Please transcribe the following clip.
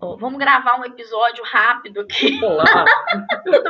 Ó, vamos gravar um episódio rápido aqui Olá! do